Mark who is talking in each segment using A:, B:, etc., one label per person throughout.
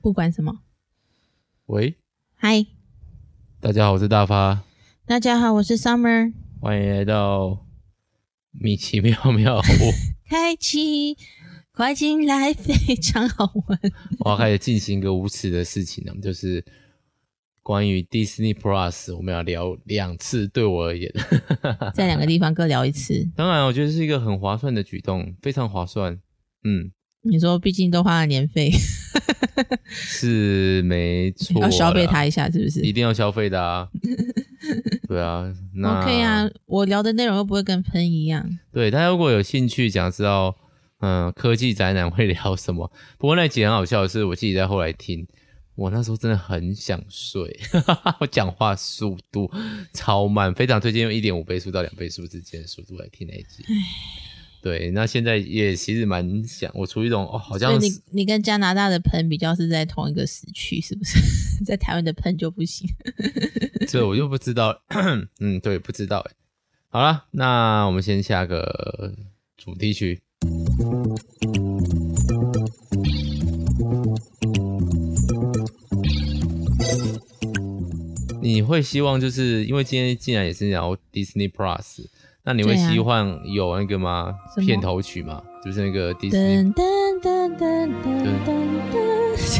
A: 不管什么。
B: 喂，
A: 嗨，
B: 大家好，我是大发，
A: 大家好，我是 Summer。
B: 欢迎来到米奇妙妙屋。
A: 开启，快进来，非常好玩。
B: 我要开始进行一个无耻的事情了，就是关于 Disney Plus，我们要聊两次。对我而言，
A: 在两个地方各聊一次。
B: 当然我觉得是一个很划算的举动，非常划算。嗯，
A: 你说，毕竟都花了年费，
B: 是没错啦，
A: 要消费它一下，是不是
B: 一定要消费 的啊。对啊，那
A: ？OK 啊，我聊的内容又不会跟喷一样。
B: 对，大家如果有兴趣想知道，嗯，科技宅男会聊什么？不过那集很好笑的是，我自己在后来听，我那时候真的很想睡， 我讲话速度超慢，非常推荐用一点五倍速到两倍速之间的速度来听那一集。对，那现在也其实蛮想，我处于一种哦，
A: 所
B: 好
A: 以
B: 像
A: 你你跟加拿大的喷比较是在同一个时区，是不是？在台湾的喷就不行。
B: 这我就不知道，嗯，对，不知道哎。好了，那我们先下个主题曲。你会希望就是因为今天既然也是聊 Disney Plus，那你会
A: 对啊
B: 希望有那个吗？
A: 什么
B: 片头曲吗？就是那个 Disney，
A: 噔噔噔噔噔噔噔，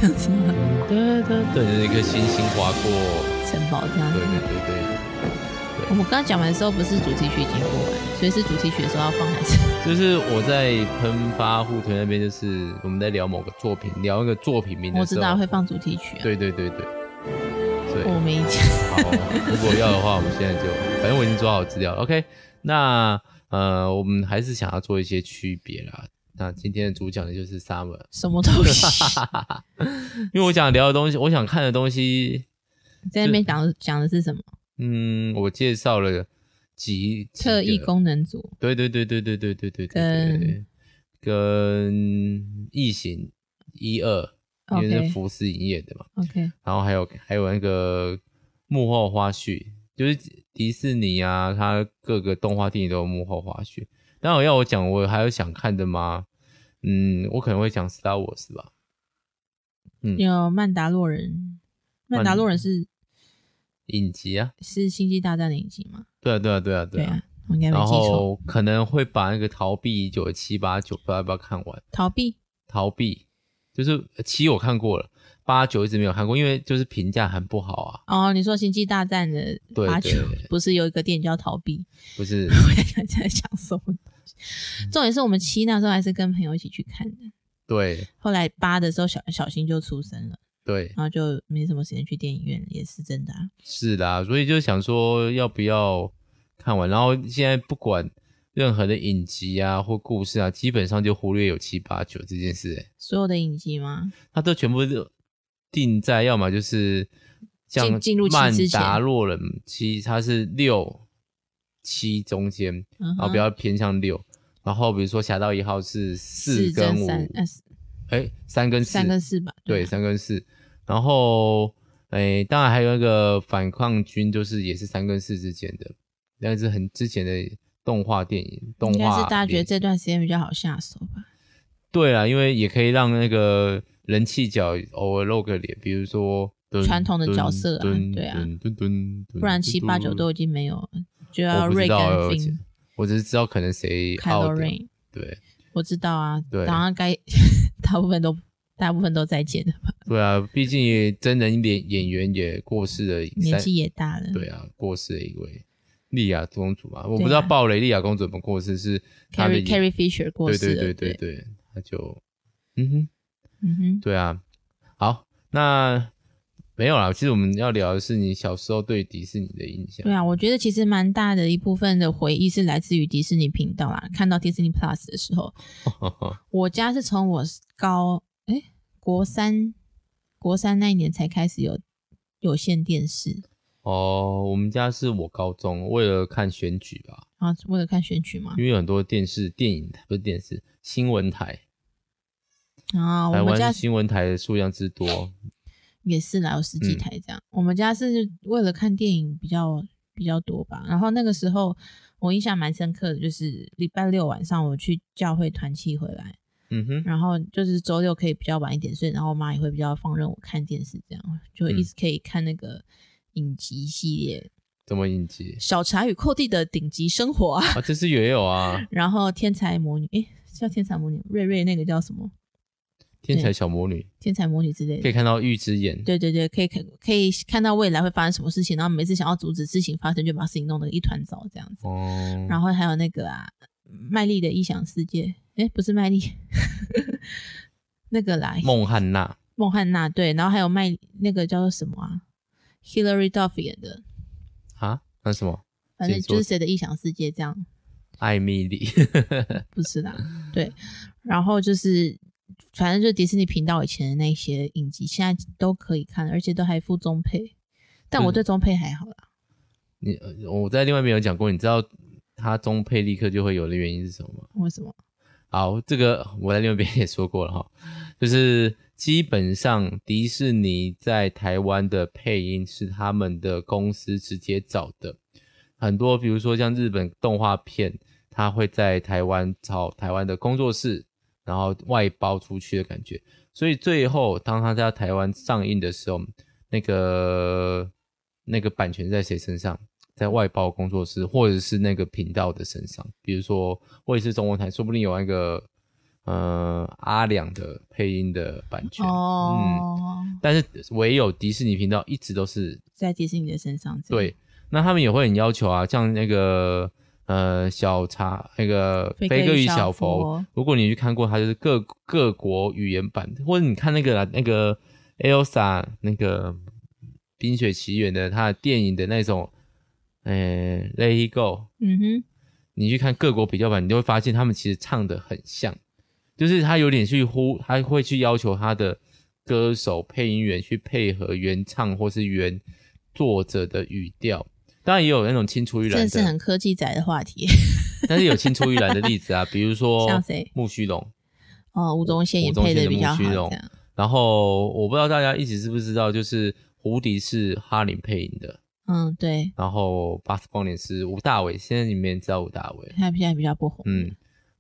A: 这样子吗？
B: 对对对，那个星星划过，
A: 城堡这样
B: 对
A: 子。
B: 对对对。
A: 我们刚讲完的时候，不是主题曲已经播完了，所以是主题曲的时候要放还是？
B: 就是我在喷发互推那边，就是我们在聊某个作品，聊一个作品名的
A: 我
B: 时
A: 知
B: 候，
A: 道会放哦主题曲、啊。
B: 对对对对，所以
A: 我没讲。
B: 好，如果要的话，我们现在就，反正我已经做好资料了。OK，那呃，我们还是想要做一些区别啦。那今天的主讲呢就是 Summer，
A: 什么东 西？
B: 因为我想聊的东西，我想看的东西，
A: 在那边讲讲的是什么？
B: 嗯，我介绍了几几
A: 特异
B: 个
A: 功能组
B: 对对对对对对对对对对
A: 跟
B: 对，跟异形一二，因为
A: OK
B: 是福斯影业的嘛，
A: ，OK，
B: 然后还有还有那个幕后花絮，就是迪士尼啊，它各个动画电影都有幕后花絮。当然要我讲，我还有想看的吗？嗯，我可能会讲 Star Wars 吧。
A: 有曼达洛人。曼达洛人是
B: 影集啊，
A: 是星际大战的影集吗？
B: 对啊对啊对啊对
A: 对
B: 啊。
A: 啊，我应该没
B: 然
A: 记错。
B: 后可能会把那个逃避一九七八九不知道要不要看完。
A: 逃避
B: 逃避，就是呃七我看过了，八九一直没有看过，因为就是评价很不好啊。
A: 哦，你说星际大战的
B: 对
A: 八
B: 对
A: 九不是有一个电影叫逃避？
B: 不是
A: 我在想在讲什么东西。
B: 嗯
A: 重点是我们七那时候还是跟朋友一起去看的，
B: 对
A: 后来八的时候小小新就出生了，
B: 对
A: 然后就没什么时间去电影院，也是真的、啊。
B: 是的啊，所以就想说要不要看完，然后现在不管任何的影集啊或故事啊，基本上就忽略有七八九这件事、欸，
A: 所有的影集吗？
B: 它都全部都定在要么就是像
A: 进进入七
B: 曼
A: 之前
B: 达洛人七，它是六七中间，
A: 嗯
B: 然后
A: 哼，
B: 比较偏向六。然后比如说《侠盗一号》是四
A: 四
B: 跟
A: 跟
B: 五，
A: 三，呃，
B: 哎，三跟四，
A: 三跟四吧。
B: 对，
A: 啊，
B: 三跟四。然后，哎，当然还有那个反抗军，就是也是三跟四之间的，那是很之前的动画电影，动
A: 应该
B: 画嗯
A: 是大家觉得
B: 连
A: 这段时间比较好下手吧。
B: 对啦，因为也可以让那个人气角偶尔露个脸，比如说蹲
A: 传统的
B: 蹲
A: 角色啊
B: 蹲
A: 对啊
B: 蹲蹲蹲，
A: 不然
B: 蹲
A: 七
B: 蹲
A: 八九都已经没有了，就要
B: 我不知
A: 瑞跟
B: 道欸我只
A: Finn、
B: 我只是知道可能谁
A: Kylo
B: out 的
A: Ren。
B: 对
A: 我知道啊，
B: 对
A: 当然该 大部分都大部分都再见了吧，
B: 对啊，毕竟也真人演演员也过世了三，
A: 年纪也大了。
B: 对啊，过世的一位莉亚公主嘛，我
A: 对
B: 不知道
A: 啊
B: 暴雷莉亚公主怎么过世，是她的
A: ，Carrie
B: 眼
A: Carrie Fisher 过
B: 对
A: 世
B: 对
A: 了，
B: 对对对，她就嗯哼，
A: 嗯哼，
B: 对啊，好，那没有啦，其实我们要聊的是你小时候对迪士尼的印象
A: 对，啊，我觉得其实蛮大的一部分的回忆是来自于迪士尼频道啦。看到 Disney Plus 的时候，我家是从我高哎国三国三那一年才开始有有线电视，
B: 哦，我们家是我高中为了看选举吧，
A: 然后为了看选举嘛，
B: 因为有很多电视电影台不是电视新闻台，
A: 啊，
B: 台
A: 我们家
B: 湾新闻台的数量之多，
A: 也是啦，有十几
B: 嗯
A: 台这样。我们家是为了看电影比较比较多吧。然后那个时候我印象蛮深刻的，就是礼拜六晚上我去教会团契回来，
B: 嗯哼，
A: 然后就是周六可以比较晚一点睡，然后我妈也会比较放任我看电视，这样就
B: 嗯
A: 一直可以看那个影集系列，
B: 怎么应急
A: 《小茶与寇弟的顶级生活》啊，
B: 啊？这是也有啊，
A: 然后《天才魔女》诶，叫《天才魔女》，瑞瑞那个叫什么？
B: 天才小魔女
A: 天才魔女之类
B: 可
A: 的
B: 以。看到玉之眼，
A: 对对对，可以看可以看到未来会发生什么事情，然后每次想要阻止事情发生，就把事情弄得一团糟这样子。
B: 哦，
A: 然后还有那个啊，麦莉的异想世界，诶，不是麦莉， 那个啦，
B: 孟汉娜，
A: 孟汉娜对，然后还有麦那个叫做什么啊，Hillary Duff 演的，
B: 啊，那什么
A: 反正
B: 谁
A: 就
B: 做
A: 是谁的异想世界这样，
B: 艾米丽，
A: 不是啦，对，然后就是反正就迪士尼频道以前的那些影集，现在都可以看，而且都还附中配，但我
B: 嗯
A: 对中配还好啦，
B: 你呃我在另外一边有讲过，你知道它中配立刻就会有的原因是什么吗？
A: 为什么？
B: 好，这个我在另外一边也说过了哈， 就是基本上迪士尼在台湾的配音是他们的公司直接找的，很多比如说像日本动画片，它会在台湾找台湾的工作室，然后外包出去的感觉，所以最后当它在台湾上映的时候，那个那个版权在谁身上？在外包工作室或者是那个频道的身上，比如说卫视中文台，说不定有那个呃阿良的配音的版权。嗯，
A: 哦，
B: 但是唯有迪士尼频道一直都是
A: 在迪士尼的身上，
B: 对，，那他们也会很要求啊，像那个呃小茶那个
A: 飞
B: 《
A: 哥
B: 飞
A: 与
B: 哥与
A: 小
B: 小
A: 佛
B: 佛》，如果你去看过，它就是各各国语言版，或者你看那个啦那个 Elsa 那个《冰雪奇缘》的它的电影的那种，呃《Let It Go》，
A: 嗯哼，
B: 你去看各国比较版，你就会发现他们其实唱的很像，就是他有点去呼，他会去要求他的歌手、配音员去配合原唱或是原作者的语调。当然也有那种青出于
A: 真
B: 蓝
A: 的是
B: 的，
A: 很科技宅的话题
B: 但是有青出于蓝的例子啊，比如说
A: 像谁
B: 木须龙。
A: 哦，吴宗宪也
B: 吴宗
A: 配
B: 宪
A: 的
B: 的
A: 比较好，
B: 木须龙
A: 这样
B: 然后我不知道大家一直知不知道，就是胡迪是哈林配音的，
A: 嗯，对，
B: 然后巴斯光年是吴大伟，现在你们也知道吴大伟，
A: 他现在比较不红，
B: 嗯，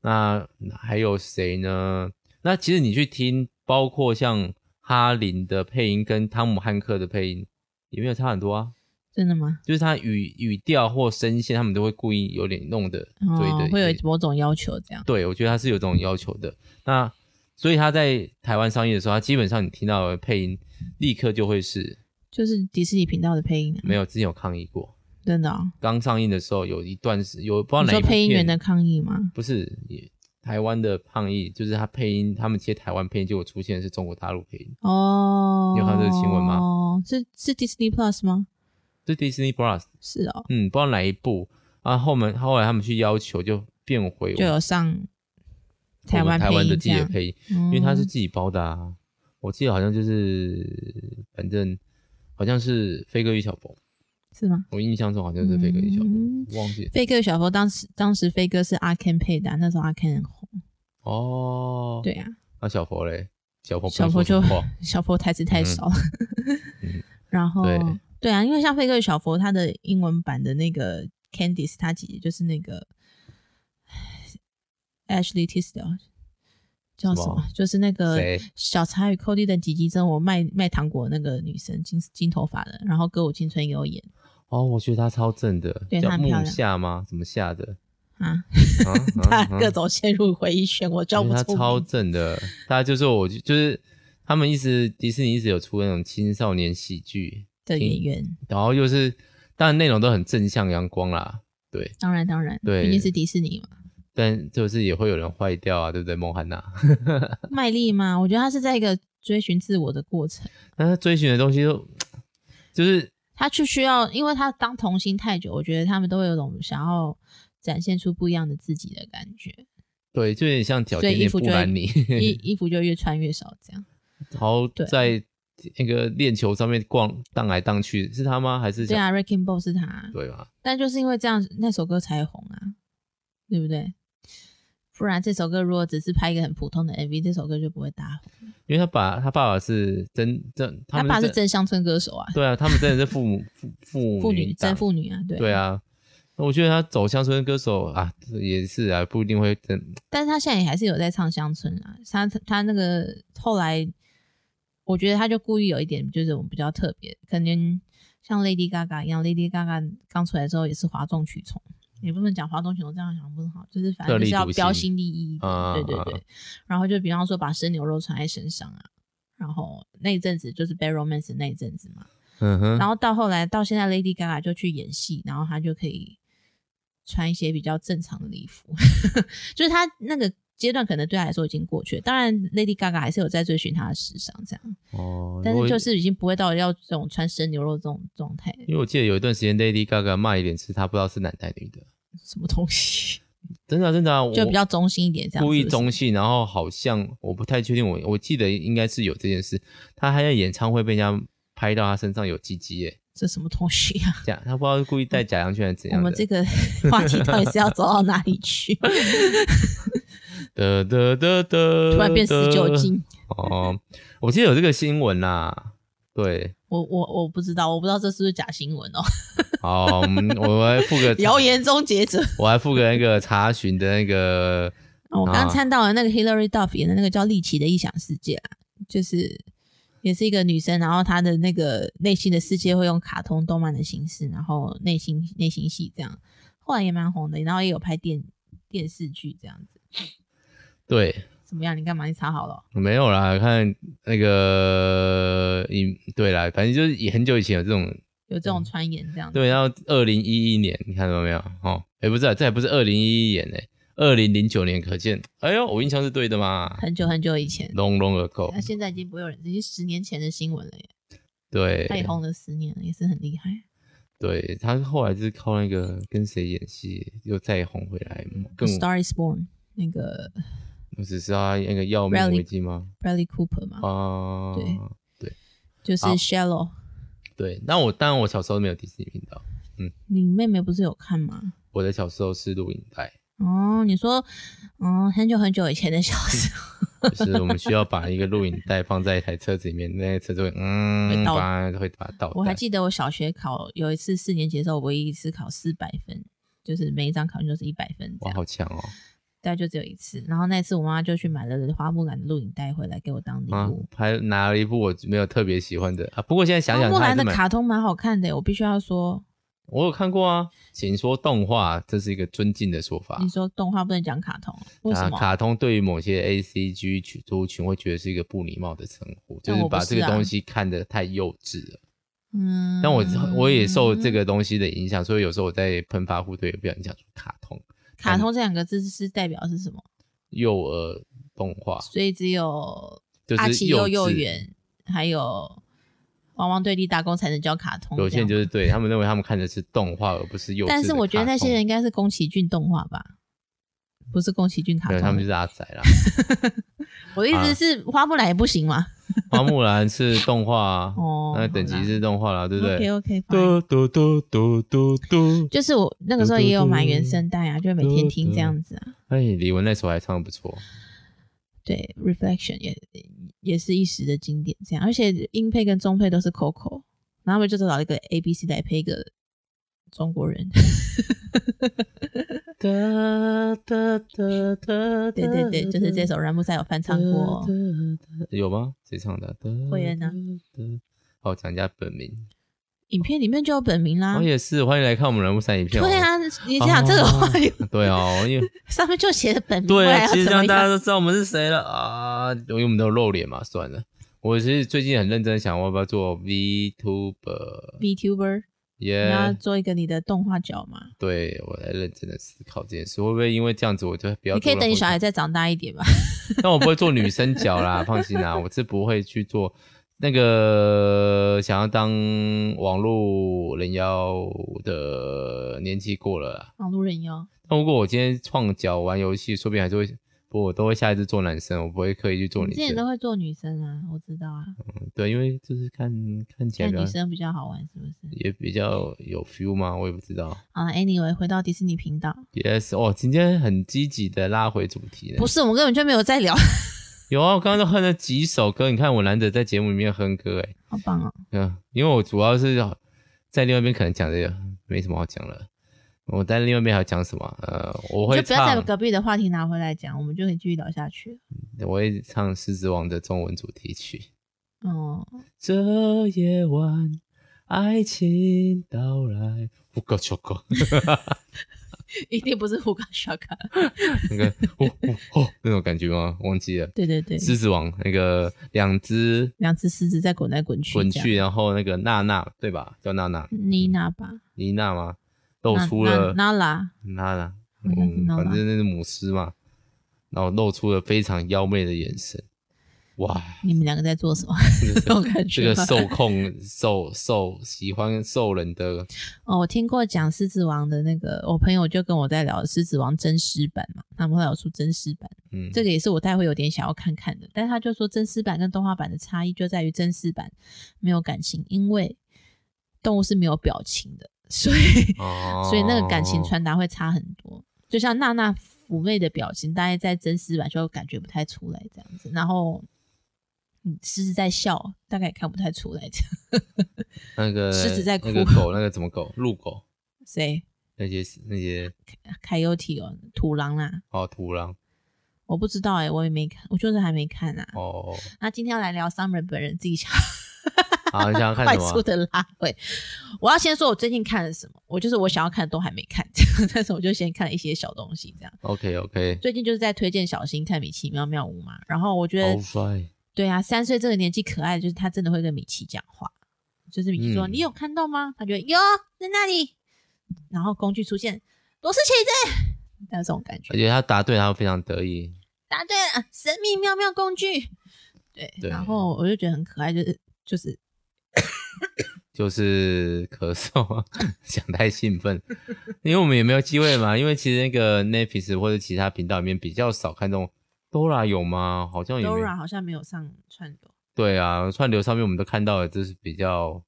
B: 那还有谁呢？那其实你去听，包括像哈林的配音跟汤姆汉克的配音，也没有差很多啊。
A: 真的吗？
B: 就是他语语调或声线，他们都会故意有点弄的追
A: 哦
B: 的，，
A: 会有某种要求这样。
B: 对，我觉得他是有这种要求的。那所以他在台湾上映的时候，他基本上你听到的配音，立刻就会是
A: 就是迪士尼频道的配音、啊，
B: 没有之前有抗议过。
A: 真的、哦。
B: 刚上映的时候有一段是有不知道
A: 你
B: 哪
A: 说
B: 一部
A: 配音员
B: 片
A: 的抗议吗？
B: 不是也台湾的抗议，就是他配音，他们接台湾配音，结果出现的是中国大陆配音，
A: 哦，
B: 你有看到这个新闻吗
A: 哦，是是 Disney Plus 吗？
B: 这 Disney Plus，
A: 是哦，
B: 嗯，不知道哪一部啊。后面后来他们去要求就变回
A: 就
B: 我们
A: 有上台湾
B: 台
A: 配
B: 湾的
A: 音
B: 自
A: 这
B: 己的
A: 样，嗯
B: 配音，嗯
A: 因
B: 因为他是自己包的啊。我记得好像就是反正好像是飞哥与小佛，
A: 是吗？
B: 我印象中好像是飞哥与小佛，
A: 嗯
B: 忘记了
A: 飞哥与小佛当时当时飞哥是阿 Ken 配的啊、那时候阿 Ken 很红，
B: 哦。
A: 对，啊，
B: 那小佛嘞，小佛不
A: 小
B: 能
A: 佛
B: 说
A: 就
B: 什么话
A: 小佛台词太少了，
B: 嗯
A: 然后
B: 对
A: 对啊，因为像飞哥与小佛他的英文版的那个 Candice，他姐姐就是那个 Ashley Tisdale，叫什
B: 什
A: 么
B: 么？
A: 就是那个
B: 谁
A: 《小茶与寇弟的几级真我卖卖糖果那个女生金金头发的，然后《歌舞青春》也有演
B: 哦，我觉得他超正的，
A: 对
B: 叫
A: 她很漂
B: 木
A: 亮
B: 夏吗？怎么夏的？
A: 啊，
B: 啊
A: 他
B: 啊啊
A: 各种陷入回忆漩涡，叫
B: 因
A: 不
B: 为嗯他
A: 出
B: 超
A: 名
B: 正的，大家就说我就就是他们一直迪士尼一直有出那种青少年喜剧，
A: 的演员。
B: 然后又是当然内容都很正向阳光啦，对，
A: 当然当然，
B: 对
A: 毕竟是迪士尼 嘛。
B: 但就是也会有人坏掉啊，对不对？孟汉娜，
A: 麦莉嘛，我觉得她是在一个追寻自我的过程，
B: 但他追寻的东西都就是
A: 她去需要，因为她当童星太久，我觉得他们都会有种想要展现出不一样的自己的感 觉，
B: 对，就有点像小
A: 所以
B: 甜
A: 衣
B: 甜
A: 服
B: 布
A: 就会
B: 兰妮，
A: 衣衣服就越穿越少这样。
B: 然后
A: 对
B: 在那个链球上面逛荡来荡去，是他吗？还是
A: 对
B: 小
A: 啊，Wrecking Ball 是她，
B: 对吧？
A: 但就是因为这样，那首歌才红啊，对不对？不然这首歌如果只是拍一个很普通的 MV，这首歌就不会大红。
B: 因为他爸他爸爸是真真，
A: 他
B: 们
A: 爸是
B: 真
A: 真乡村歌手啊，
B: 对啊，他们真的是父母父父
A: 妇女
B: 党
A: 真妇女啊，对
B: 对啊，那我觉得他走乡村歌手啊，也是啊，不一定会真
A: 但是他现在也还是有在唱乡村啊，他他那个后来，我觉得他就故意有一点就是我们比较特别，可能像 Lady Gaga 一样，Lady Gaga 刚出来之后也是哗众取宠，也不能讲哗众取宠，这样想不好，就是反正就是要
B: 特立独行
A: 标新立异一点，
B: 啊
A: 对对
B: 啊
A: 对。然后就比方说把生牛肉穿在身上啊，然后那一阵子就是 Bad Romance 那一阵子嘛，
B: 嗯哼，
A: 然后到后来到现在 Lady Gaga 就去演戏，然后她就可以穿一些比较正常的礼服， 就是她那个阶段可能对她来说已经过去了。当然，Lady Gaga 还是有在追寻她的时尚这样，
B: 哦，
A: 但
B: 我
A: 是就是已经不会到要这种穿生牛肉这种状态，
B: 因为我记得有一段时间 Lady Gaga 骂一点是她不知道是男的还是女的，
A: 什么东西
B: 真的啊真的啊，我
A: 就比较中性一点这样。
B: 故意
A: 是不是
B: 中性，然后好像我不太确定，我我记得应该是有这件事，她还在演唱会被人家拍到她身上有鸡鸡耶，
A: 这什么东西啊？
B: 假她不知道是故意戴假洋圈还是怎
A: 我
B: 样
A: 们
B: 的。
A: 这个 话题到底是要走到哪里去？
B: 得得得得，
A: 突然变死酒 精。
B: 哦，我记得有这个新闻啦。对，
A: 我我我不知道，我不知道这是不是假新闻 哦。
B: 好，我们我还附 个
A: 谣言终结者，
B: 我还附个那个查询的那个，
A: 哦我刚刚
B: 啊
A: 看到了那个 Hillary Duff 演的那个叫《丽奇的异想世界》啊，就是也是一个女生，然后她的那个内心的世界会用卡通动漫的形式，然后内心内心戏这样，后来也蛮红的，然后也有拍电电视剧这样子。
B: 对，
A: 怎么样？你干嘛？你查好了哦？
B: 没有啦，看那个影，对啦，反正就是也很久以前有这种，
A: 有这种传言这样子？
B: 嗯对，然后二零一一年，你看到没有？哦，哎、不是、啊，这还不是二零一一年呢、欸，二零零九年，可见，哎呦，我印象是对的嘛
A: 很久很久以前，
B: ，long long ago，
A: 那现在已经不会有人，已经十年前的新闻了耶。
B: 对，
A: 她也红了十年了，也是很厉害。
B: 对他后来就是靠那个跟谁演戏又再红回来，更
A: Star is Born 那个
B: 我只知道他那个要命
A: Rally
B: 危机吗？
A: Bradley Cooper 嘛，
B: 啊，
A: 对就是 Shallow。
B: 对，那我当然我小时候没有迪士尼频道，
A: 你妹妹不是有看吗？
B: 我的小时候是录影带，
A: 哦，你说，嗯，很久很久以前的小
B: 嗯
A: 时候，
B: 就是我们需要把一个录影带放在一台车子里面，那台车就会
A: 会
B: 嗯，
A: 倒
B: 把它会把它倒带。
A: 我还记得我小学考有一次四年级的时候，我唯一一次考四百分，就是每一张考卷都是一百分这
B: 哇，
A: 样，
B: 好强哦！
A: 大概就只有一次。然后那次我妈就去买了花木兰的录影带回来给我当礼
B: 啊
A: 物。，
B: 还拿了一部我没有特别喜欢的啊，不过现在想
A: 花
B: 想，
A: 木
B: 它还
A: 兰
B: 是
A: 的
B: 蛮
A: 卡通蛮好看的，我必须要说，
B: 我有看过啊。请说动画，这是一个尊敬的说法。
A: 你说动画不能讲卡通，为什
B: 啊，
A: 么？
B: 卡通对于某些 A C G 群族群会觉得是一个不礼貌的称呼，就
A: 但我不
B: 把这个
A: 是啊
B: 东西看得太幼稚了。
A: 嗯，
B: 但我我也受这个东西的影响，所以有时候我在喷发户对，不小心讲出卡通、
A: 卡通这两个字是代表是什么？
B: 幼儿动画，
A: 所以只有
B: 啊就
A: 阿
B: 是
A: 奇幼
B: 稚
A: 幼。园还有汪汪队立大功才能叫卡通这样吗，
B: 有些人就是对他们认为他们看的是动画，而不是幼稚的卡
A: 但
B: 通。
A: 是我觉得那些人应该是宫崎骏动画吧，不是宫崎骏卡
B: 对，他们就
A: 通。
B: 是阿仔 啦。
A: 我的意
B: 啊
A: 思是，花木兰也不行嘛。
B: 花木兰是动画啊，
A: 哦
B: 那等级是动画啦，对不
A: OK
B: 对？
A: OK，
B: 嘟嘟嘟嘟嘟嘟。
A: 就是我那个时候也有买原声带啊，就每天听这样子啊。
B: 哎，李玟那首还唱的不错。
A: 对，Reflection 也也是一时的经典，这样，而且英配跟中配都是 Coco，然后他们就找一个 A B C 来配一个中国人。
B: 哒哒哒哒，
A: 对对对，就是这首，然木赛有翻唱过。
B: 有吗？谁唱的？
A: 惠恩啊。
B: 好，哦讲一下本名。
A: 影片里面就有本名啦
B: 我。哦也是，欢迎来看我们人物三影片。
A: 啊
B: 哦
A: 对，啊，你讲这个话，
B: 对哦，因为
A: 上面就写的本名，不
B: 对
A: 然
B: 啊，
A: 要
B: 其实
A: 怎
B: 这
A: 么
B: 样大
A: 样
B: 家都知道我们是谁了啊，因为我们都有露脸嘛，算了。我其实最近很认真想，我要不要做 VTuber？
A: ？VTuber。你要
B: 耶，
A: 做一个你的动画角嘛？
B: 对我来认真的思考这件事，会不会因为这样子我就不要？
A: 你可以等你小孩再长大一点吧。
B: 但我不会做女生角啦，放心啦，我是不会去做那个想要当网络人妖的年纪过了啦。
A: 网路人妖，
B: 那如果我今天创角玩游戏，说不定还是会，不，我都会下一次做男生，我不会刻意去做
A: 你
B: 女
A: 之前
B: 生。
A: 都会做女生啊，我知道啊，
B: 对，因为就是看看起来
A: 看
B: 比较
A: 女生比较好玩是不是？
B: 也比较有 feel 嘛，我也不知道。
A: 好了，anyway，回到迪士尼频道，
B: Yes，哦，今天很积极的拉回主题呢。
A: 不是我们根本就没有在 聊，
B: 有啊，我刚刚都哼了几首歌，你看我难得在节目里面哼歌，哎，
A: 好棒哦！
B: 嗯，因为我主要是在另外一边可能讲的也没什么好讲了，我在另外一边还要讲什么啊？呃，我会
A: 就不要再
B: 唱
A: 把，隔壁的话题拿回来讲，我们就可以继续聊下去了。
B: 我会唱《狮子王》的中文主题曲。
A: 嗯，
B: 这夜晚，爱情到来，呼个秋个，
A: 一定不是胡卡小 卡。
B: 那个呼呼呼那种感觉吗？忘记了。
A: 对对对，
B: 狮子王那个两只
A: 两只狮子在滚来滚去，
B: 滚去，。然后那个娜娜对吧？叫娜娜
A: 妮娜吧，
B: 妮娜吗？露
A: 那
B: 出了
A: 那那拉，
B: 娜娜，
A: 好像是
B: 嗯，
A: 娜拉
B: 反正那是母狮嘛，然后露出了非常妖媚的眼神。哇，
A: 你们两个在做什么？
B: 这
A: 这种
B: 个
A: 感
B: 这
A: 觉吗。
B: 个受控受受喜欢受人的
A: 哦，我听过讲《狮子王》的那个，我朋友就跟我在聊《狮子王》真狮版嘛，他们会有出真狮版，
B: 嗯，
A: 这个也是我待会有点想要看看的。但是他就说真狮版跟动画版的差异就在于真狮版没有感情，因为动物是没有表情的，所以、
B: 哦，
A: 所以那个感情传达会差很多。就像娜娜妩媚的表情，大概在真狮版就感觉不太出来这样子，然后。嗯，狮子在笑，大概也看不太出来这样。
B: 那个
A: 狮子在哭
B: 那个狗那个怎么狗？鹿狗
A: 谁？
B: 那些那些
A: 凯尤提哦，土狼啦、
B: 哦，土狼
A: 我不知道哎、我也没看，我就是还没看啊。
B: 哦，
A: 那今天要来聊 Summer 本人自己想
B: 好，你想要 看
A: 快
B: 什
A: 速
B: 么？啊
A: 的拉回。我要先说，我最近看了什么？我就是我想要看的都还没看， 但是我就先看了一些小东西。这样，
B: OK OK，
A: 最近就是在推荐《小新看米奇妙妙屋》嘛。然后我觉得，
B: 好帅，
A: 对啊，三岁这个年纪可爱，就是他真的会跟米奇讲话。就是米奇说：“
B: 嗯
A: 你有看到吗？”他觉得有在那里。然后工具出现，罗斯茄子，那种感
B: 而
A: 觉。
B: 且他答对，他非常得意。
A: 答对了，呃神秘妙妙工具。对，
B: 对
A: 然后我就觉得很可爱，就是就是
B: 就是咳嗽 啊，讲太兴奋，因为我们也没有机会嘛。因为其实那个 Netflix 或者其他频道里面比较少看这种 Dora 有吗？好像也没
A: Dora 好像没有上串流，
B: 对啊，串流上面我们都看到的，就是比较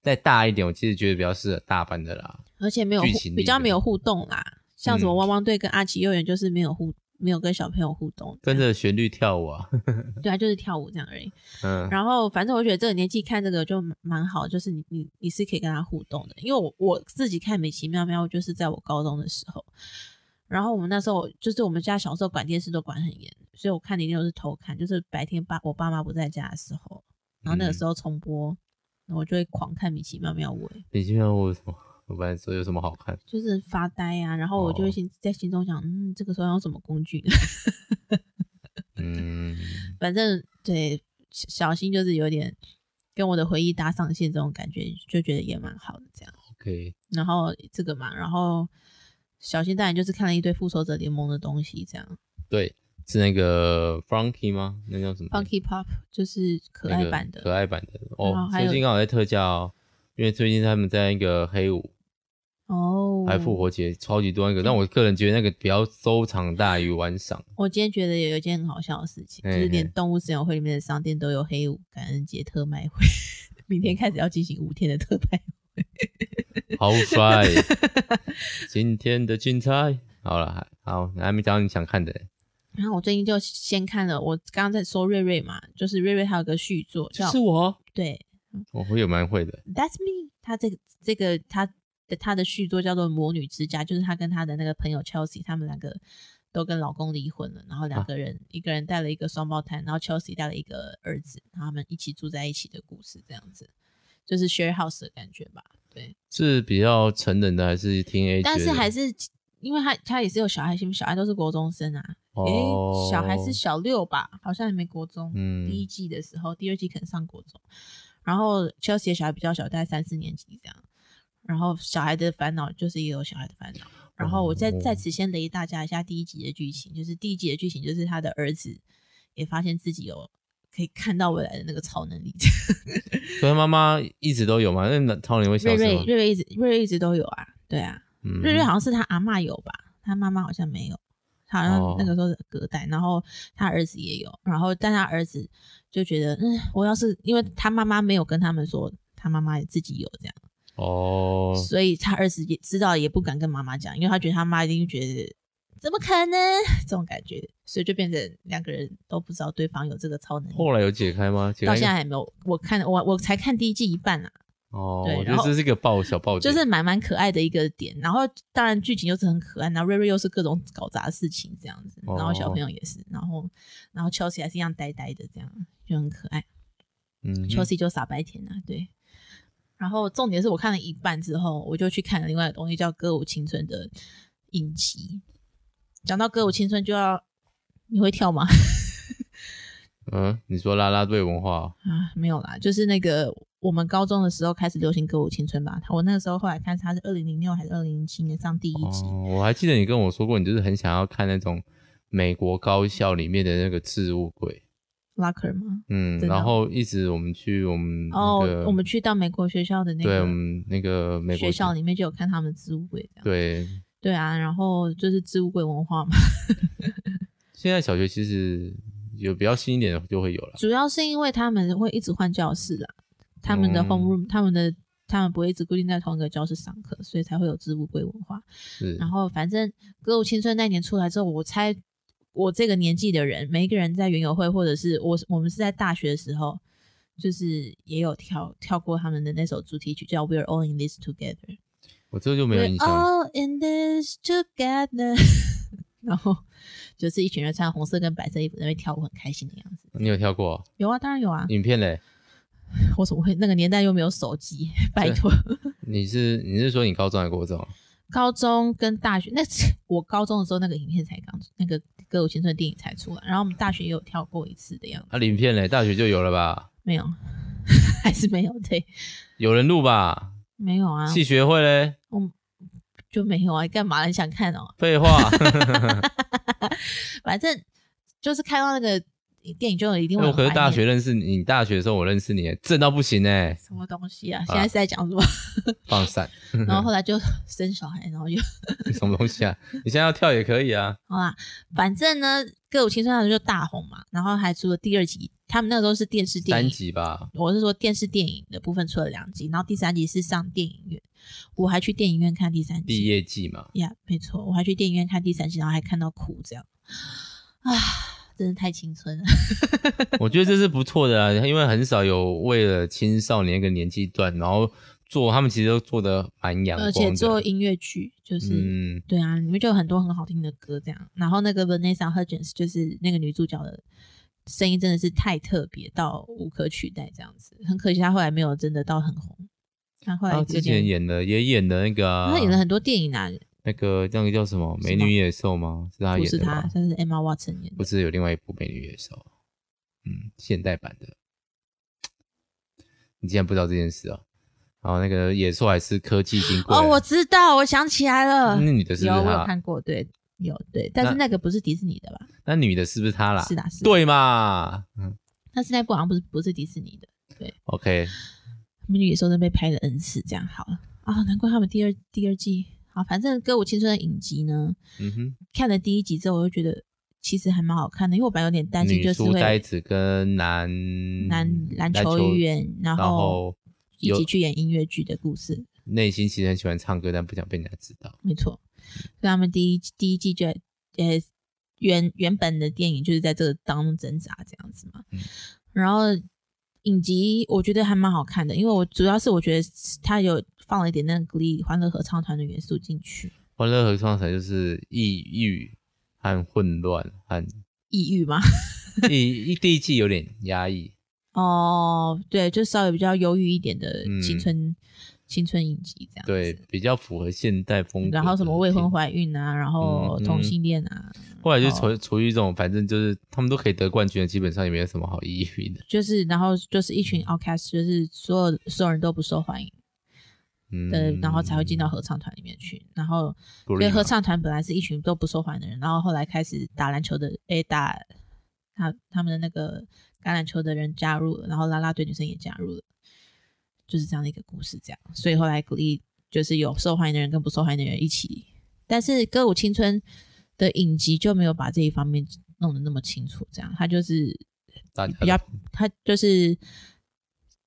B: 再大一点，我其实觉得比较适合大班的啦。
A: 而且没有互
B: 剧情里的
A: 比较没有互动啦，像什么
B: 嗯
A: 汪汪队跟阿奇幼儿园就是没有互没有跟小朋友互动，
B: 跟着旋律跳舞啊，
A: 对啊，就是跳舞这样而已。
B: 嗯，
A: 然后反正我觉得这个年纪看这个就蛮好，就是你你你是可以跟他互动的，因为我我自己看《美奇妙妙屋》就是在我高中的时候，然后我们那时候就是我们家小时候管电视都管很严，所以我看的一定都是偷看，就是白天爸我爸妈不在家的时候，然后那个
B: 嗯
A: 时候重播，我就会狂看《米奇妙妙屋》欸，
B: 你今天问我有什么？我本来说有什么好看？
A: 就是发呆啊，然后我就会
B: 哦
A: 心在心中想，嗯，这个时候要用什么工具呢？
B: 嗯，
A: 反正对小小新就是有点跟我的回忆搭上线这种感觉，就觉得也蛮好的这样。
B: OK，
A: 然后这个嘛，然后小新当然就是看了一堆复仇者联盟的东西，这样
B: 对，是那个 Funky 吗？那叫什么
A: Funky Pop 就是可
B: 那
A: 爱
B: 个
A: 版的，
B: 可爱版的
A: 然后
B: 哦。
A: 还有
B: 最近刚好在特价哦，因为最近他们在那个黑五
A: 哦，
B: 还复活节超级多
A: 嗯
B: 那个，但我个人觉得那个比较收藏大于 玩赏。
A: 我今天觉得有一件很好笑的事情，就是
B: 嘿嘿
A: 连动物森友会里面的商店都有黑五感恩节特卖会， 明
B: 嗯
A: 天开始要进行五天的特卖会。
B: 好 帅！今天的精彩，好了，还好，还没讲到你想看的，
A: 然后我最近就先看了，我刚刚在说瑞瑞嘛，就是瑞瑞还有个续作
B: 就
A: 叫
B: 是我，
A: 对
B: 哦我会有蛮会的。
A: That's Me，他这个这个他的他的续作叫做《魔女之家》，就是他跟他的那个朋友 Chelsea，他们两个都跟老公离婚了，然后两
B: 啊
A: 个人、一个人带了一个双胞胎，然后 Chelsea 带了一个儿子，然后他们一起住在一起的故事，这样子就是 share house 的感觉吧，对。
B: 是比较成人的还是听 A？
A: 但是还
B: 是
A: 是因为他他也是有小孩，因为小孩都是国中生啊。诶、
B: 哦，
A: 小孩是小六吧，好像还没国中。
B: 嗯
A: 第一季的时候，第二季可能上国中。然后 Chelsea 的小孩比较小，大概三四年级这样。然后小孩的烦恼就是也有小孩的烦恼。然后我再
B: 哦
A: 在此先雷大家一下第一集的剧情，就是第一集的剧情就是他的儿子也发现自己有可以看到未来的那个超能力。
B: 所以妈妈一直都有嘛？那超人会消
A: 瑞
B: 失
A: 瑞
B: 吗？
A: 瑞瑞一直瑞瑞一直都有啊，对啊。
B: 嗯
A: 瑞瑞好像是他阿嬷有吧，他妈妈好像没有，他好像
B: 哦
A: 那个时候是隔代，然后他儿子也有，然后但他儿子就觉得，嗯，我要是因为他妈妈没有跟他们说，他妈妈也自己有这样，
B: 哦，
A: 所以他儿子也知道，也不敢跟妈妈讲，因为他觉得他妈一定觉得怎么可能 这种感觉，所以就变成两个人都不知道对方有这个超能力，
B: 后来有解开吗？解
A: 到
B: 开
A: 现在还没有，我看我我才看第一季一半啊，
B: 哦，
A: 对
B: 我觉
A: 然
B: 得
A: 后
B: 这是一个爆小爆
A: 就
B: 点，
A: 是蛮蛮可爱的一个点。然后当然剧情又是很可爱，然后瑞瑞又是各种搞砸事情这样子，
B: 哦
A: 然后小朋友也是，然后然后 Chelsea 还是一样呆呆的这样，就很可爱。
B: 嗯哼
A: Chelsea 就傻白甜啊，对。然后重点是我看了一半之后，我就去看了另外的东西，叫《歌舞青春》的影集。讲到《歌舞青春》，就要你会跳吗？
B: 嗯，你说啦啦队文化哦
A: 啊，没有啦，就是那个我们高中的时候开始流行歌舞青春吧。我那个时候后来看它是二零零六还是二零零七年上第一集，
B: 哦，我还记得你跟我说过，你就是很想要看那种美国高校里面的那个置物柜，
A: 拉克吗？
B: 嗯，
A: 真的
B: 然后一直我们去我们
A: 哦
B: 那个，
A: 我们去到美国学校的那
B: 对我
A: 个
B: 们那个美国
A: 学校里面就有看他们置物柜这样。
B: 对，
A: 对啊，然后就是置物柜文化嘛，
B: 现在小学其实有比较新一点的就会有了，
A: 主要是因为他们会一直换教室啦，他们的
B: 嗯
A: home room，、他们的他们不会一直固定在同一个教室上课，所以才会有置物柜文化。
B: 是
A: 然后反正《歌舞青春》那年出来之后，我猜我这个年纪的人，每一个人在园游会或者是我我们是在大学的时候，就是也有跳跳过他们的那首主题曲，叫《We're All in This Together》。
B: 我这就没有
A: We're
B: 印象，
A: all in this together 。 然后就是一群人穿红色跟白色衣服在那边跳舞，很开心的样子。
B: 你有跳过
A: 有啊，当然有啊。
B: 影片嘞？
A: 我怎么会那个年代又没有手机？拜托，
B: 你是你是说你高中还是国中？
A: 高中跟大学，那我高中的时候那个影片才刚出，那个《歌舞青春》电影才出来，然后我们大学也有跳过一次的样子，
B: 啊，影片嘞，大学就有了吧？
A: 没有， 还是没有，对，
B: 有人录吧？
A: 没有啊，
B: 系学会嘞？
A: 就没有啊，干嘛？你想看哦？
B: 废话，
A: 反正就是看到那个电影就有一定会
B: 我
A: 有
B: 可是
A: 怀
B: 大
A: 念
B: 学认识你，你大学的时候我认识你，正到不行哎，
A: 什么东西啊？现
B: 好啦
A: 在是在讲什么？
B: 放散，
A: 然后后来就 生小孩，然后就
B: 什么东西啊？你现在要跳也可以啊。
A: 好啦，反正呢，《歌舞青春》那时候就大红嘛，然后还出了第二集，他们那个时候是电视电
B: 三
A: 影
B: 集吧，
A: 我是说电视电影的部分出了两集，然后第三集是上电影院，我还去电影院看第三
B: 毕
A: 集。
B: 业季嘛，
A: 呀没错，我还去电影院看第三集，然后还看到哭，这样啊，真是太青春了。
B: 我觉得这是不错的啊，因为很少有为了青少年一个年纪段，然后做他们其实都做的蛮阳
A: 而
B: 光的，
A: 且做音乐剧就是、
B: 嗯，
A: 对啊，里面就有很多很好听的歌，这样。然后那个 Vanessa Hudgens 就是那个女主角的声音真的是太特别到无可取代，这样子。很可惜她后来没有真的到很红，她后来
B: 他
A: 有
B: 哦之
A: 点
B: 前演的也演的那个啊、
A: 她演了很多电影啊，
B: 那个那个叫什么《
A: 是
B: 美
A: 吗
B: 女野兽》吗？是他
A: 不
B: 啊演
A: 是
B: 的
A: 她，
B: 吗？
A: 她是 Emma Watson 演的
B: 不。是有另外一部《美女野兽》，嗯，现代版的。你竟然不知道这件事啊？然后那个野兽还是科技新贵
A: 哦，我知道，我想起来了，
B: 嗯那女的是不
A: 有
B: 是
A: 我有
B: 他？
A: 看过，对，有对，但是
B: 那
A: 那个不是迪士尼的吧？
B: 那女的是不是他啦？
A: 是的，是的，
B: 对嘛？嗯
A: 但是那部好像不是不是迪士尼的，
B: ，OK，
A: 《美女野兽》真被拍了 n 次，这样好了啊、难怪他们第二第二季好，反正《歌舞青春》的影集呢，
B: 嗯哼。
A: 看了第一集之后，我就觉得其实还蛮好看的，因为我本来有点担心，
B: 女
A: 就是
B: 书呆
A: 会
B: 子跟男
A: 男篮球员，然
B: 然
A: 后
B: 后
A: 一
B: 有
A: 起去演音乐剧的故事，
B: 内心其实很喜欢唱歌，但不想被人家知道。
A: 没错，所以他们第一第一季就在呃原原本的电影就是在这个当中挣扎这样子嘛。
B: 嗯
A: 然后影集我觉得还蛮好看的，因为我主要是我觉得它有放了一点那个 Glee 欢乐合唱团的元素进去，
B: 欢乐合唱团就是抑郁和混乱，和
A: 抑郁嘛。
B: 第 一第一季有点压抑，
A: 哦，对，就稍微比较忧郁一点的
B: 嗯
A: 青春、青春影集这样子。
B: 对，比较符合现代风格。
A: 然后什么未婚，怀孕啊，然后
B: 嗯嗯
A: 同性恋啊，
B: 后来就
A: 然后
B: 处处于一种，反正就是他们都可以得冠军的，基本上也没有什么好抑郁的。
A: 就是然后就是一群 outcast，就是所有所有人都不受欢迎。
B: 嗯，
A: 呃，然后才会进到合唱团里面去。然后，
B: 不
A: 所以
B: 利
A: 合
B: 嘛
A: 唱团本来是一群都不受欢迎的人，然后后来开始打篮球的，诶，打他他们的那个橄榄球的人加入了，然后啦啦队女生也加入了，就是这样的一个故事。这样，所以后来鼓励就是有受欢迎的人跟不受欢迎的人一起。但是《歌舞青春》的影集就没有把这一方面弄得那么清楚，这样，他就是
B: 大家
A: 比较
B: 都，
A: 他就是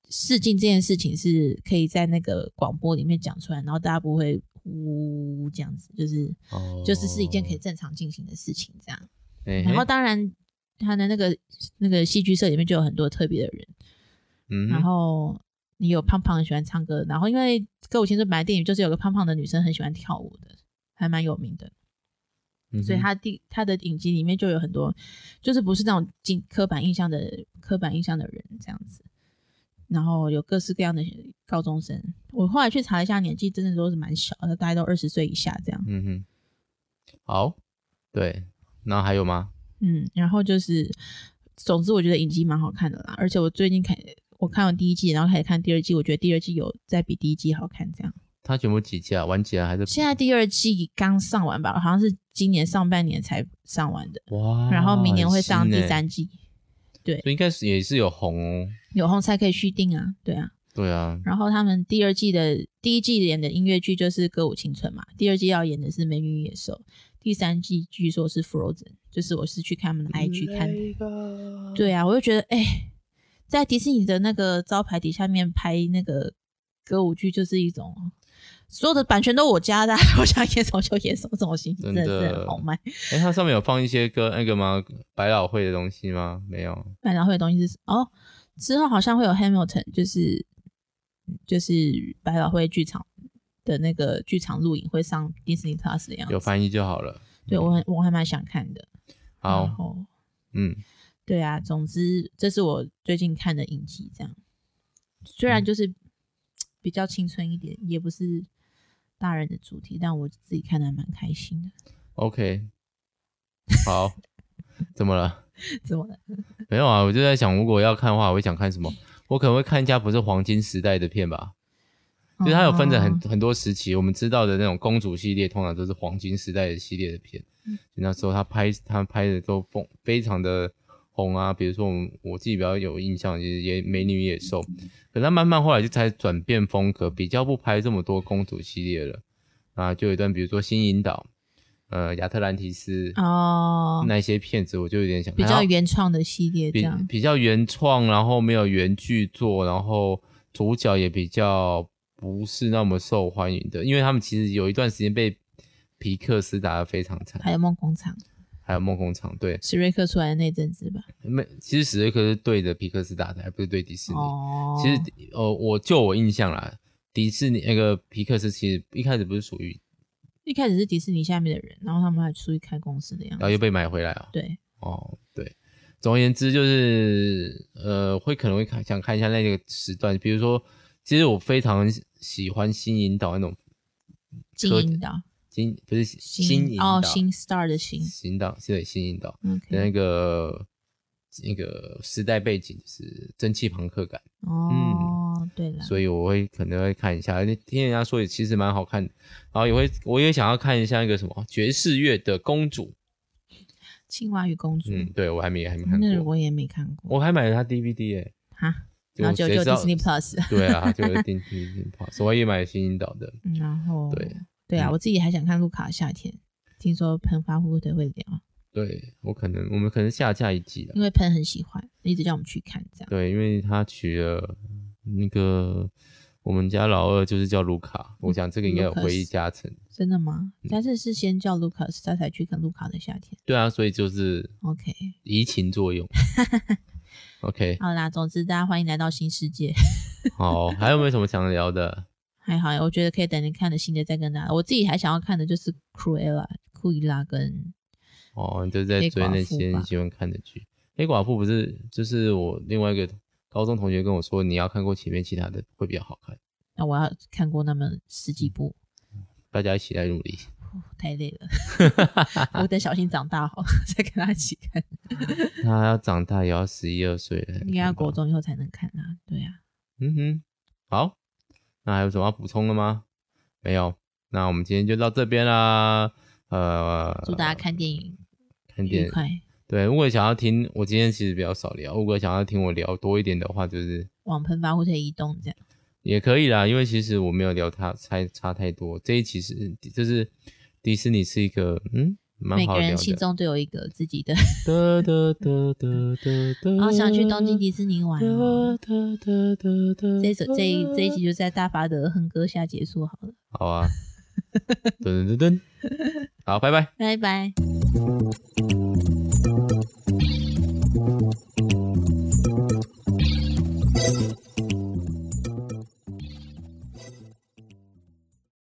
A: 试镜这件事情是可以在那个广播里面讲出来，然后大家不会呜这样子，就是、
B: 哦
A: 就是是一件可以正常进行的事情这样。
B: 哎
A: 然后当然他的那个那个戏剧社里面就有很多特别的人，
B: 嗯哼
A: 然后也有胖胖很喜欢唱歌，然后因为《歌舞青春》本来电影就是有个胖胖的女生很喜欢跳舞的，还蛮有名的，
B: 嗯哼
A: 所以他第他的影集里面就有很多，就是不是那种进刻板印象的刻板印象的人这样子，然后有各式各样的高中生，我后来去查一下，年纪真的都是蛮小的，大概都二十岁以下这样。
B: 嗯哼，好，对，然后还有吗？
A: 嗯，然后就是，总之我觉得影集蛮好看的啦，而且我最近看我看完第一季，然后开始看第二季，我觉得第二季有再比第一季好看。这样，
B: 它全部几季啊？完结啊？还是
A: 现在第二季刚上完吧，好像是今年上半年才上完的，
B: 哇？
A: 然后明年会上
B: 很新
A: 第
B: 欸，
A: 三季，
B: 所以应该是也是有红哦。
A: 有空才可以续订啊，对啊。
B: 对啊，
A: 然后他们第二季的第一季演的音乐剧就是《歌舞青春》嘛，第二季要演的是《美女与野兽》，第三季据说是《Frozen》，就是我是去看他们的
B: 嗯
A: IG 看的。
B: 的，
A: 对啊，我就觉得，哎、在迪士尼的那个招牌底下面拍那个歌舞剧，就是一种所有的版权都我家的啊， 我想演什么就演什么，这种心情真
B: 真
A: 的是
B: 的
A: 很豪迈。
B: 哎，它上面有放一些歌那个吗？百老汇的东西吗？没有，
A: 百老汇的东西是哦，之后好像会有 Hamilton，就是就是百老汇剧场的那个剧场录影会上 Disney Plus 的样子。
B: 有翻译就好了。
A: 对我很我还蛮想看的。然
B: 好，
A: 后
B: 嗯，
A: 对啊，总之这是我最近看的影集，这样虽
B: 嗯
A: 然就是比较青春一点，也不是大人的主题，但我自己看的还蛮开心的。
B: OK，好，怎么了？
A: 怎么了？
B: 没有啊，我就在想，如果要看的话，我会想看什么？我可能会看一下不是黄金时代的片吧，就是它有分成很
A: 哦
B: 很多时期。我们知道的那种公主系列，通常都是黄金时代的系列的片。
A: 嗯
B: 就那时候他拍他拍的都风非常的红啊，比如说我们我自己比较有印象，就是也美女野兽，
A: 嗯
B: 可他慢慢后来就才转变风格，比较不拍这么多公主系列了啊，就有一段比如说新引导，呃，亚特兰提斯、
A: 哦，
B: 那些片子，我就有点想
A: 比
B: 看
A: 较
B: 然后
A: 原创的系列这
B: 比
A: 样。
B: 比较原创，然后没有原剧作，然后主角也比较不是那么受欢迎的，因为他们其实有一段时间被皮克斯打得非常惨，
A: 还有梦工厂，
B: 还有梦工厂对，
A: 史瑞克出来的那阵子吧。
B: 没，其实史瑞克是对着皮克斯打的，还不是对迪士尼。
A: 哦，
B: 其实呃，我就我印象啦，迪士尼那个皮克斯其实一开始不是属于，
A: 一开始是迪士尼下面的人，然后他们还出去开公司的样
B: 然后又
A: 子。
B: 被买回来啊、
A: 对，
B: 哦，对。总而言之，就是呃，会可能会看想看一下那个时段，比如说，其实我非常喜欢新引导那种
A: 金
B: 科
A: 银岛，
B: 新不是新引导
A: 哦，新 star 的新。
B: 新引导对新引导的
A: OK，
B: 那个那个时代背景就是蒸汽朋克感。
A: 哦，对了，
B: 嗯所以我会可能会看一下，而且听人家说也其实蛮好看的，然后也会我也想要看一下那个什么爵士乐的公主，
A: 青蛙与公主。
B: 嗯，对我还没还没看
A: 那
B: 过，
A: 我也没看过
B: 我啊还买了他 DVD 哎、
A: 哈，然后就
B: 谁
A: 就
B: 知道
A: Disney Plus，
B: 对啊，就有订 DVD 所以我也买了新引导的，
A: 嗯然后
B: 对
A: 对啊，
B: 嗯
A: 我自己还想看《路卡夏天》，听说喷发火腿会聊，
B: 对我可能我们可能下架一季了，
A: 因为喷很喜欢，一直叫我们去看这样。
B: 对，因为他娶了那个我们家老二就是叫卢卡，我想这个应该有回忆加成，
A: 真的吗？
B: 嗯
A: 但是是先叫 Lucas，他才去看《路卡的夏天
B: 对啊，所以就是》。
A: OK，
B: 移情作用，OK，
A: 好啦，总之大家欢迎来到新世界。
B: 好，还有没有什么想聊的？
A: 还好，我觉得可以等你看了新的再跟大家。我自己还想要看的就是《Cruella》、《库伊拉》跟
B: 哦，你就是在
A: 黑
B: 追
A: 寡
B: 那
A: 妇
B: 些
A: 吧
B: 你喜欢看的剧。黑寡妇不是，就是我另外一个高中同学跟我说，你要看过前面其他的会比较好看。
A: 那、啊我要看过那么十几部，
B: 大家一起来努力。
A: 哦太累了。 我等小新长大好 再跟他一起看。
B: 他要长大也要十一二岁了，
A: 应该要
B: 看吧
A: 国。中以后才能看啊。对啊，
B: 嗯哼，好，那还有什么要补充的吗？没有，那我们今天就到这边啦。呃，
A: 祝大家看电影
B: 看电
A: 愉
B: 影。
A: 快。
B: 对，如果想要听，我今天其实比较少聊。如果想要听我聊多一点的话，就是
A: 往喷发或者移动这样，
B: 也可以啦，因为其实我没有聊它差差太多。这一期是就是迪士尼是一个嗯蛮
A: 每
B: 好
A: 个
B: 聊
A: 人心
B: 的。
A: 中都有一个自己的。
B: 哒哒哒哒哒哒
A: 好想去东京迪士尼玩哦、
B: 哒哒哒哒哒。
A: 这一首这一这一集就在大发的哼歌下结束好了，
B: 好啊，噔噔噔噔，好，拜拜。
A: 拜拜。